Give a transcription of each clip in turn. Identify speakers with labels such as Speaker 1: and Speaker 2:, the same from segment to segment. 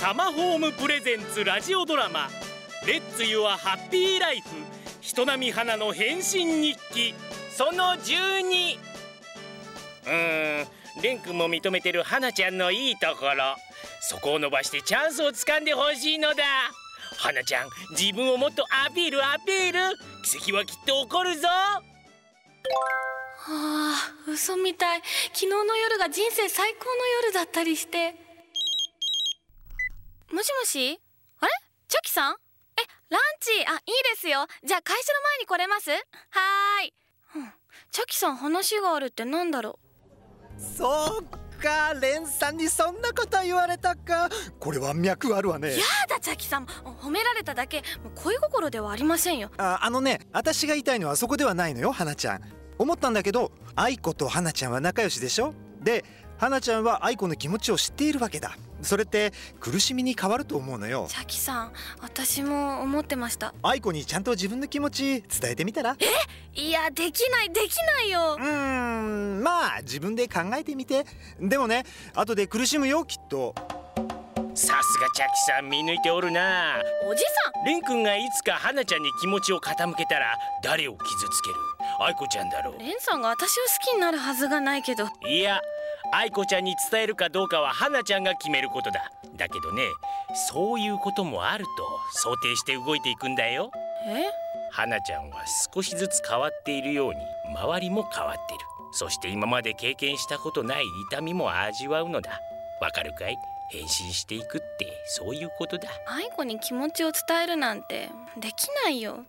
Speaker 1: タマホームプレゼンツラジオドラマ「レッツ・ユア・ハッピー・ライフ人並み花の変身日記」その12うーん蓮くんも認めてる花ちゃんのいいところそこを伸ばしてチャンスをつかんでほしいのだ花ちゃん自分をもっとアピールアピール奇跡はきっと起こるぞ
Speaker 2: ああ嘘みたい昨日の夜が人生最高の夜だったりしてもしもしあれチョキさんえランチあいいですよじゃあ会社の前に来れますはーい、うん、チョキさん話があるってなんだろ
Speaker 3: そうかレンさんにそんなこと言われたかこれは脈あるわね
Speaker 2: うやだチョキさん褒められただけもう恋心ではありませんよ
Speaker 3: ああのね私が言いたいのはそこではないのよ花ちゃん思ったんだけど愛子と花ちゃんは仲良しでしょで花ちゃんは愛子の気持ちを知っているわけだそれって苦しみに変わると思うのよ
Speaker 2: チョキさん私も思ってました
Speaker 3: 愛子にちゃんと自分の気持ち伝えてみたら
Speaker 2: いやできないできないよ
Speaker 3: うーんまあ自分で考えてみてでもね後で苦しむよきっと
Speaker 1: さすがチャキさん見抜いておるな
Speaker 2: おじさん
Speaker 1: 蓮くんがいつか花ちゃんに気持ちを傾けたら誰を傷つける愛子ちゃんだろ
Speaker 2: レンさんが私を好きになるはずがないけど
Speaker 1: ういや愛子ちゃんに伝えるかどうかは花ちゃんが決めることだだけどねそういうこともあると想定して動いていくんだよ
Speaker 2: え
Speaker 1: 花ちゃんは少しずつ変わっているように周りも変わっているそして今まで経験したことない痛みも味わうのだわかるかい変身していくってそういうことだ
Speaker 2: 愛子に気持ちを伝えるなんてできないよ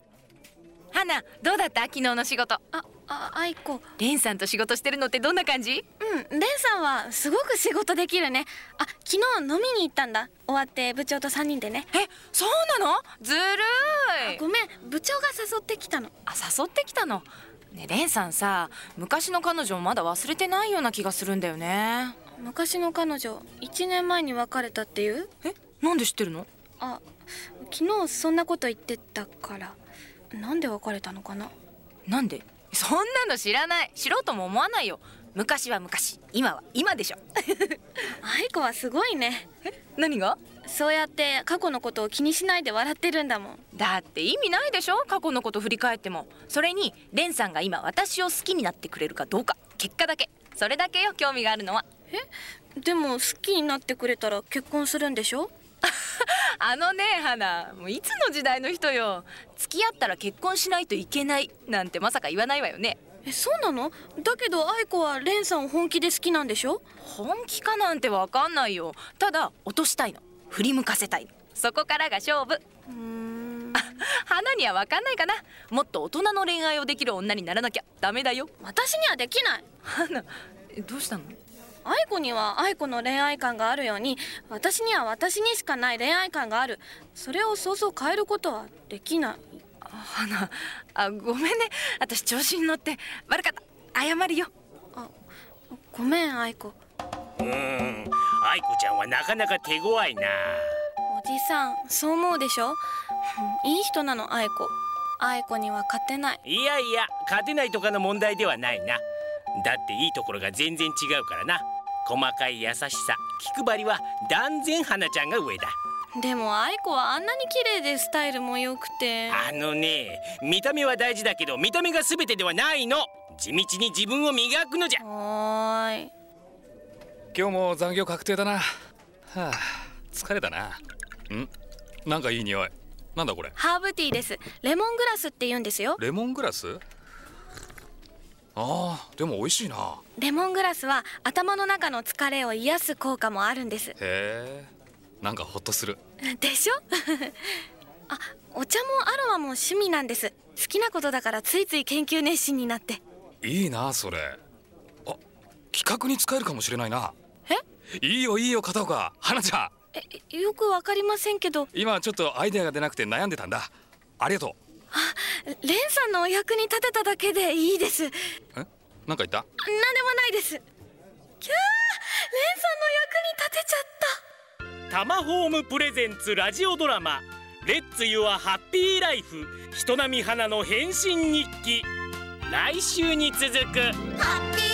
Speaker 4: 花どうだった昨日の仕事
Speaker 2: ああ愛子
Speaker 4: レンさんと仕事してるのってどんな感じ
Speaker 2: うんレンさんはすごく仕事できるねあ昨日飲みに行ったんだ終わって部長と3人でね
Speaker 4: えそうなのずるい
Speaker 2: ごめん部長が誘ってきたの
Speaker 4: あ誘ってきたのねえレンさんさ昔の彼女もまだ忘れてないような気がするんだよね
Speaker 2: 昔の彼女1年前に別れたっていう
Speaker 4: えなんで知ってるの
Speaker 2: あ昨日そんなこと言ってたからなんで別れたのかな
Speaker 4: なんでそんなの知らない知ろうとも思わないよ昔は昔今は今でしょ
Speaker 2: 愛子はすごいね
Speaker 4: 何が
Speaker 2: そうやって過去のことを気にしないで笑ってるんだもん
Speaker 4: だって意味ないでしょ過去のこと振り返ってもそれにレンさんが今私を好きになってくれるかどうか結果だけそれだけよ興味があるのは
Speaker 2: でも好きになってくれたら結婚するんでしょ
Speaker 4: あのね花もういつの時代の人よ付き合ったら結婚しないといけないなんてまさか言わないわよね
Speaker 2: えそうなのだけど愛子は蓮さんを本気で好きなんでしょ
Speaker 4: 本気かなんてわかんないよただ落としたいの振り向かせたいのそこからが勝負
Speaker 2: うーん
Speaker 4: 花にはわかんないかなもっと大人の恋愛をできる女にならなきゃダメだよ
Speaker 2: 私にはできない
Speaker 4: 花えどうしたの
Speaker 2: 愛子には愛子の恋愛感があるように私には私にしかない恋愛感があるそれをそうそう変えることはできない
Speaker 4: あ花あごめんね私調子に乗って悪かった謝るよ
Speaker 2: あごめん愛子
Speaker 1: うーん愛子ちゃんはなかなか手強いな
Speaker 2: おじさんそう思うでしょ うんいい人なの愛子愛子には勝てない
Speaker 1: いやいや勝てないとかの問題ではないなだっていいところが全然違うからな細かい優しさ気配りは断然花ちゃんが上だ
Speaker 2: でも愛子はあんなに綺麗でスタイルも良くて
Speaker 1: あのね見た目は大事だけど見た目が全てではないの地道に自分を磨くのじゃ
Speaker 2: おーい
Speaker 5: 今日も残業確定だなはあ疲れたなんなんかいい匂いなんだこれ
Speaker 2: ハーブティーですレモングラスって言うんですよ
Speaker 5: レモングラスあーでも美味しいな
Speaker 2: レモングラスは頭の中の疲れを癒す効果もあるんです
Speaker 5: へえなんかホッとする
Speaker 2: でしょ あお茶もアロマも趣味なんです好きなことだからついつい研究熱心になって
Speaker 5: いいなそれあ企画に使えるかもしれないなえいいよいいよ片岡花ちゃ
Speaker 2: えよくわかりませんけど
Speaker 5: ん今ちょっとアイデアが出なくて悩んでたんだありがと
Speaker 2: レンさんのお役に立てただけでいいですなんで
Speaker 5: うえなんか言った
Speaker 2: もないですキャーレンさんのお役に立てちゃった
Speaker 1: タマホームプレゼンツラジオドラマ「レッツ・ユア・ハッピー・ライフ人並み花の変身日記」来週に続く
Speaker 6: ハッピー